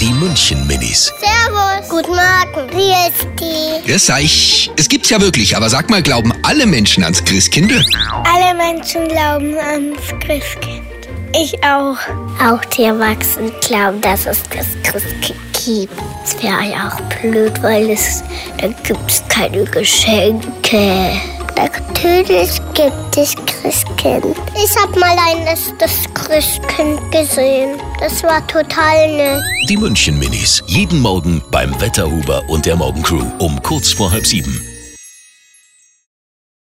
Die München Minis. Servus. Guten Morgen. Wie ist die? Das ich. Es gibt's ja wirklich, aber sag mal, glauben alle Menschen ans Christkindl? Alle Menschen glauben ans Christkind. Ich auch. Auch die Erwachsenen glauben, dass es das Christkind gibt. Es wäre ja auch blöd, weil es dann gibt es keine Geschenke. Natürlich gibt es Christkind. Ich habe mal ein das Christkind gesehen. Das war total nett. Die München Minis. Jeden Morgen beim Wetterhuber und der Morgencrew um kurz vor halb sieben.